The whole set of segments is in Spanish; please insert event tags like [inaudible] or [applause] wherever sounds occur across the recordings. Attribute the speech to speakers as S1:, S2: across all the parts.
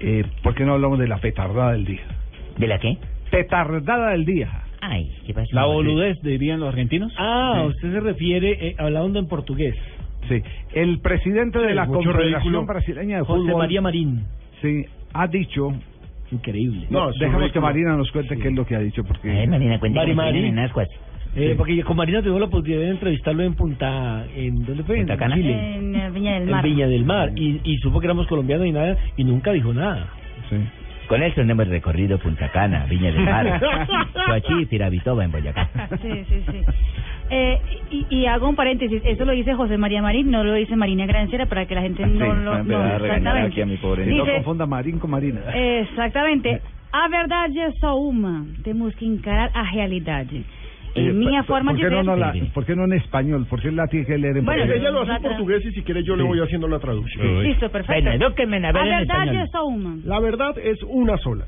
S1: Eh, ¿Por qué no hablamos de la petardada del día?
S2: ¿De la qué?
S1: Petardada del día.
S2: Ay, ¿qué pasó?
S3: La boludez, dirían los argentinos.
S4: Ah,
S1: Sí.
S4: usted se refiere, eh, hablando en portugués.
S1: Sí. El presidente de
S3: Sí,
S1: la
S3: mucho
S1: Confederación
S3: ridículo.
S1: Brasileña de
S4: José
S1: Fútbol
S4: María Marín.
S1: sí, ha dicho.
S4: Increíble.
S3: No,
S1: No,
S3: es un
S1: dejamos que
S3: ridículo.
S1: Marina nos cuente qué es lo que ha dicho.
S2: A
S1: porque
S2: ver, Marina, cuéntame.
S4: Mari,
S2: cómo
S4: Mari.
S2: tienen en Ascuas.
S4: Eh,
S1: Sí.
S4: Porque yo- con Marina tuvimos la oportunidad de entrevistarlo en Punta... ¿En dónde fue?
S2: ¿Punta
S4: en
S2: Cana?
S4: Chile.
S5: En eh, Viña del
S4: En
S5: Mar. [laughs]
S4: Viña del Mar. Y, y supo que éramos colombianos y nada, y nunca dijo nada.
S1: Sí.
S2: Con él hemos recorrido Punta Cana, Viña del Mar, Coachí y Tirabitoba en Boyacá.
S5: Sí, sí, sí. Eh, y, y hago un paréntesis, eso lo dice José María Marín, no lo dice Marina Granciera para que la gente no
S2: Sí,
S5: lo
S2: para empezar a regañar
S5: exactamente.
S2: aquí a mi pobre
S1: Que no
S5: Dice- eh,
S1: confunda Marín con Marina.
S2: [laughs]
S5: Exactamente. A verdade é só uma. Temos que encarar a realidade. Em
S1: Eh,
S5: minha
S1: pa-
S5: forma
S1: ¿por
S5: de
S1: qué no,
S5: ver.
S1: no la- ¿Por qué no en español? ¿Por qué la tiene que leer en
S5: Bueno,
S1: portugués?
S5: yo-
S3: Ella lo hace en
S5: Trata-
S3: portugués y si quiere yo le voy haciendo la traducción.
S5: Listo, perfecto.
S2: Bueno, edúquenme en
S5: a
S2: a ver en
S5: verdade é
S2: español.
S5: só uma.
S3: La verdad es una sola.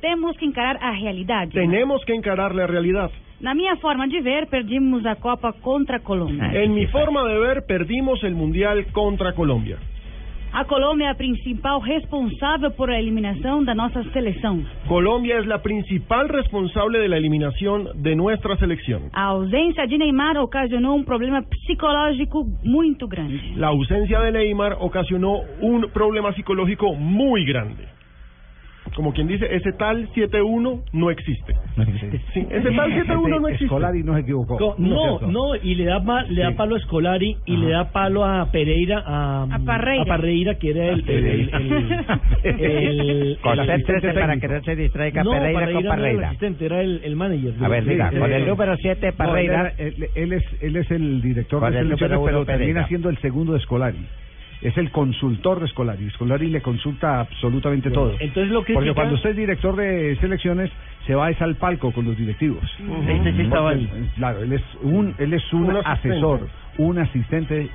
S5: Temos que encarar a realidade.
S3: Tenemos que encarar la realidad.
S5: Na minha forma de ver, perdemos a Copa contra a Colômbia.
S2: Ah.
S3: En
S2: sí, sí,
S3: mi forma de ver, perdimos el Mundial contra Colombia.
S5: A Colômbia é a principal responsável por a eliminação da nossa seleção.
S3: Colombia es la principal responsable de la eliminación de nuestra selección.
S5: A ausência de Neymar ocasionou um problema psicológico muito grande.
S3: La ausencia de Neymar ocasionó un problema psicológico muy grande. Como quien dice, ese tal 7-1 no existe. Sí, ese tal 7-1 no
S1: Este
S3: existe.
S1: Escolari no se equivocó.
S4: Co- No,
S1: ¿cierto?
S4: no, y le da, ma- le da
S1: Sí.
S4: palo a Escolari y
S1: Ajá.
S4: le da palo a Pereira, a,
S5: A Parreira.
S4: a Parreira, que era el... el, el,
S2: [laughs]
S4: el- el-
S1: Concéntrese para
S2: que no se distraiga
S4: no, no era el asistente, era el, el manager.
S2: A ver,
S4: Sí,
S2: diga,
S4: sí,
S2: con
S4: sí.
S2: el número 7
S1: No, él,
S2: Parreira.
S1: era- él- él es, él es el director
S2: Con
S1: de
S2: el
S1: selecciones,
S2: número
S1: pero
S2: uno,
S1: termina
S2: Pereira.
S1: siendo el segundo de Escolari. Es el consultor de Escolari. Escolari le consulta absolutamente todo.
S4: Entonces lo que
S1: Porque cuando usted es director de selecciones, se va es al palco con los directivos. eh,
S4: Este sí estaba ahí.
S1: Claro, él es un, él es un,
S3: Un asistente.
S1: asesor, un asistente de,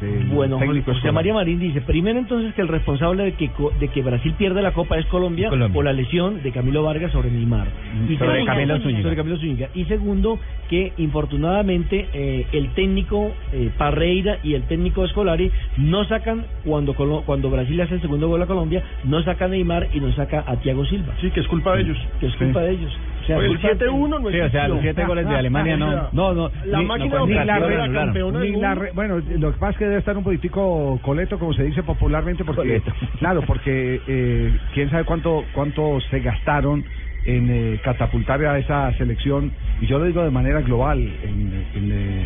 S1: del
S4: Bueno,
S1: técnico
S4: José
S1: Escolari.
S4: María Marín dice, primero entonces que el responsable de que, co- de que Brasil pierda la Copa es Colombia,
S2: Colombia.
S4: por la lesión de Camilo Vargas sobre Neymar.
S1: Mm, Sobre
S4: segundo-
S5: Camilo Zúñiga.
S4: sobre Camilo Zúñiga. Y segundo, que infortunadamente eh, el técnico eh, Parreira y el técnico Escolari no sacan, cuando, Colo- cuando Brasil le hace el segundo gol a Colombia, no saca a Neymar y no saca a Thiago Silva,
S3: Sí, que es culpa de ellos.
S4: que es culpa de ellos. O sea,
S3: el
S4: culpa-
S3: 7-1 no
S6: Sí, o sea, los
S3: existió.
S6: siete goles de Alemania no.
S1: No, no,
S3: La
S1: ni-
S3: máquina
S1: no,
S3: de
S1: ni la
S3: ofensiva
S1: red
S3: era
S1: anularon.
S3: campeona del
S1: Ni la
S3: mundo.
S1: re- bueno, lo que pasa es que debe estar un poquitico coleto, como se dice popularmente, porque
S2: Coleto.
S1: claro, porque eh, quién sabe cuánto cuánto se gastaron en eh, catapultar a esa selección y yo lo digo de manera global en, en, eh,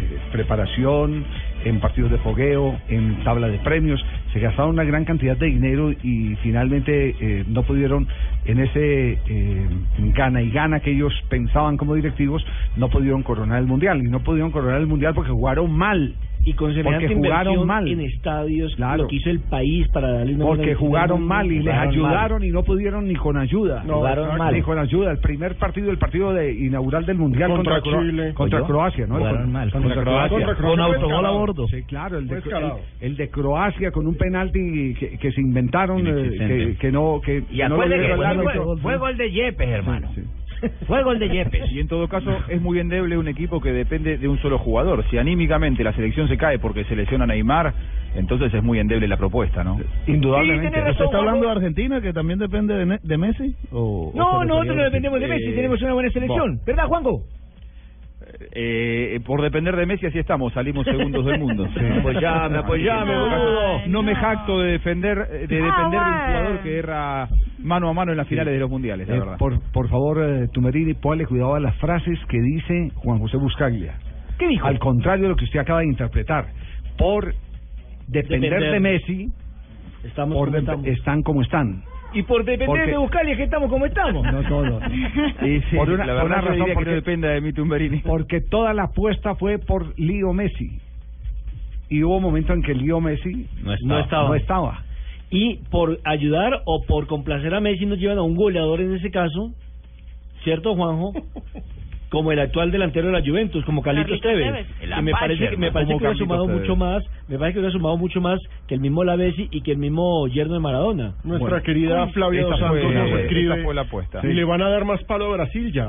S1: preparación, en partidos de fogueo, en tabla de premios, se gastaron una gran cantidad de dinero y finalmente eh, no pudieron en ese eh, gana y gana que ellos pensaban como directivos no pudieron coronar el mundial y no pudieron coronar el mundial porque jugaron mal
S4: Y con semejante
S1: Porque jugaron
S4: inversión
S1: mal.
S4: en estadios,
S1: Claro.
S4: lo que hizo el país para darle una...
S1: porque
S4: buena-
S1: jugaron mal y les
S4: Jugaron mal.
S1: ayudaron y no pudieron ni con ayuda.
S3: No, Jugaron
S1: Exacto.
S3: mal.
S1: Ni con ayuda. El primer partido, el partido de inaugural del Mundial
S3: Contra
S1: contra, Cro-
S3: Chile.
S1: Contra
S2: Oye,
S1: Croacia, ¿no?
S2: jugaron
S1: El con-
S2: mal.
S1: Contra,
S6: Contra
S1: Croacia.
S3: Contra Croacia fue escalado.
S1: Sí, claro. El de,
S3: Fue escalado.
S1: el- el de Croacia con un penalti que, que se inventaron, eh,
S2: Inexistente.
S1: que, que no... Que,
S2: Y
S1: que no lo
S2: acuérdese que
S1: vieron
S2: fue,
S1: el
S2: fue,
S1: árbitro.
S2: fue gol de Yepes, hermano.
S1: Sí.
S2: Fue gol de
S4: [laughs]
S2: Yepes.
S6: Y en todo caso, es muy endeble un equipo que depende de un solo jugador. Si anímicamente la selección se cae porque se lesiona Neymar, entonces es muy endeble la propuesta, ¿no?
S1: Indudablemente.
S7: ¿Usted está hablando de Argentina, que también depende de, Ne- de Messi? ¿O, o
S2: No,
S7: se
S2: nosotros no
S7: refería a
S2: dependemos de Messi, tenemos una buena selección. ¿Verdad, Juanjo?
S6: Eh, por depender de Messi, así estamos, salimos segundos del [laughs] mundo.
S2: Apoyame, apoyame,
S5: boludo.
S6: No me jacto de defender, eh, de
S1: Ah,
S6: depender de un
S5: bueno.
S6: jugador que erra mano a mano en las finales de los mundiales, la
S1: Eh,
S6: verdad.
S1: por, por favor, eh, Tumerini, póngale cuidado a las frases que dice Juan José Buscaglia.
S2: ¿Qué dijo?
S1: Al contrario de lo que usted acaba de interpretar. Por depender,
S4: Depender.
S1: de Messi,
S4: Estamos
S1: por
S4: como
S1: de-
S4: estamos.
S1: están como están.
S2: Y por depender
S1: Porque-
S2: de Buscalia que estamos como estamos.
S1: No todo. [laughs]
S6: Y sí,
S1: por una-
S6: la
S1: por una
S6: verdad yo
S1: razón,
S6: diría
S1: porque-
S6: que no dependa de mí Tumberini.
S1: Porque toda la apuesta fue por Lío Messi. Y hubo un momento en que Lío Messi Ah,
S2: No
S4: estaba.
S1: no estaba.
S4: y por ayudar o por complacer a Messi nos llevan a un goleador en ese caso, ¿cierto Juanjo? como el actual delantero de la Juventus, como Carlitos
S5: Carlitos Tevez.
S4: Tevez.
S2: El
S4: Y me
S2: Apache,
S4: parece que me
S2: hermano,
S4: parece
S6: como
S4: que hubiera
S6: Carlitos
S4: sumado
S6: Tevez.
S4: mucho más, me parece que hubiera sumado mucho más que el mismo Lavesi y que el mismo yerno de Maradona.
S3: Nuestra querida Flavia Dos
S6: esa fue-
S3: Santos nos
S6: esa
S3: escribe.
S6: fue la apuesta.
S3: Y le van a dar más palo a Brasil ya.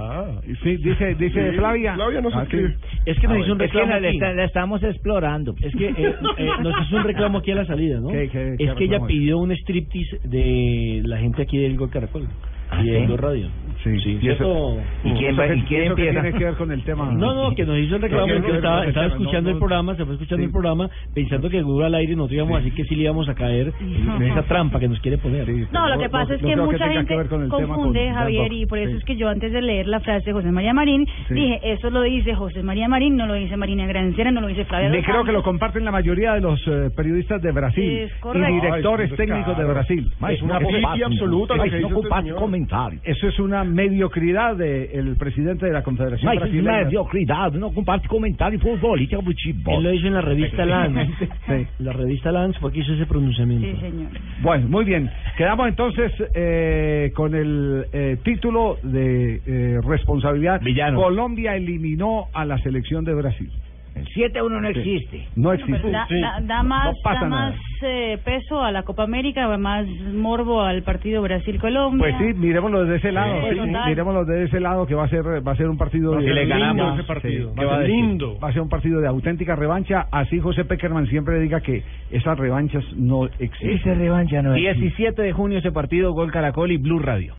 S1: Sí, dice, dice
S3: Sí,
S1: Flavia.
S3: Flavia nos
S1: Ah, sí.
S3: escribe.
S4: Es que
S2: Ah,
S4: nos
S2: bueno.
S4: hizo un
S2: Es que
S4: reclamo
S2: la, la
S4: aquí.
S2: está- la estamos explorando.
S4: Es que eh, eh, nos hizo un reclamo aquí a la salida, ¿no?
S1: ¿Qué- qué- qué
S4: es que ella
S1: reclamo es?
S4: pidió un striptease de la gente aquí del Gol Caracol
S2: ¿Ah,
S4: y de
S2: sí?
S4: Gol Radio.
S1: Sí,
S4: Sí,
S1: y eso-
S4: ¿cierto?
S2: ¿Y quién, va-
S1: eso
S2: y
S1: que-
S2: quién
S1: eso que
S2: empieza?
S1: tiene que ver con el tema?
S4: No, no, que nos hizo el reclamo
S1: Pero tiene
S4: porque
S1: que ver
S4: estaba,
S1: con el
S4: estaba
S1: tema, no,
S4: escuchando
S1: no.
S4: el programa, se fue escuchando
S1: Sí.
S4: el programa, pensando que Google al aire nosotros íbamos, así que sí le íbamos a caer en
S5: Ujú.
S4: esa trampa que nos quiere poner.
S1: Sí,
S5: No, lo
S1: pero
S5: que pasa
S1: no-
S5: es
S1: no
S5: que
S1: creo
S5: mucha
S1: tenga
S5: gente
S1: que ver con el tema
S5: confunde,
S1: con-
S5: Javier, y por eso
S1: Sí.
S5: es que yo antes de leer la frase de José María Marín,
S1: Sí.
S5: dije, eso lo dice José María Marín, no lo dice Marina Grancera, no lo dice Flavia.
S1: Le
S5: Dos
S1: creo que lo
S5: Santos.
S1: comparten la mayoría de los eh, periodistas de Brasil
S5: Es
S1: y
S5: correcto.
S1: directores
S3: Ay, pues,
S1: técnicos de
S3: claro.
S1: Brasil.
S3: Es
S2: é
S3: una
S1: Eso-
S3: pifia absoluta lo que dice este señor.
S2: comentar.
S1: Eso es una mediocridad del presidente de la Confederación
S2: Mas
S1: Brasileña.
S2: mediocridade não comparte comentário futebolístico do é futebol.
S4: Él lo hizo en la revista Lance.
S1: Sí.
S4: La revista Lance fue que hizo ese pronunciamiento.
S5: Sí, señor.
S1: Bueno, muy bien. Quedamos entonces eh, con el eh, título de eh, responsabilidad.
S2: Villano.
S1: Colombia eliminó a la selección de Brasil.
S2: El 7-1 no existe.
S1: No
S5: Bueno,
S1: existe.
S5: pero da,
S3: sí.
S5: da- da
S1: No-
S5: más,
S1: no pasa
S5: da
S1: nada.
S5: más eh, peso a la Copa América, más morbo al partido Brasil-Colombia.
S1: Pues sí, miremoslo desde ese lado.
S5: Pues
S1: Sí,
S5: total.
S1: miremoslo desde ese lado que va a ser va a ser un partido
S3: Va a
S1: de-
S3: ser
S2: le
S3: lindo
S2: ganamos,
S3: ese partido.
S1: sí.
S3: Va
S1: ¿Qué va
S3: a
S1: a
S3: ser
S1: decir?
S3: lindo.
S1: Va a ser un partido de auténtica revancha, así José Peckerman siempre diga que esas revanchas no existen.
S2: revancha no
S7: 17 de junio ese partido, Gol Caracol y Blue Radio.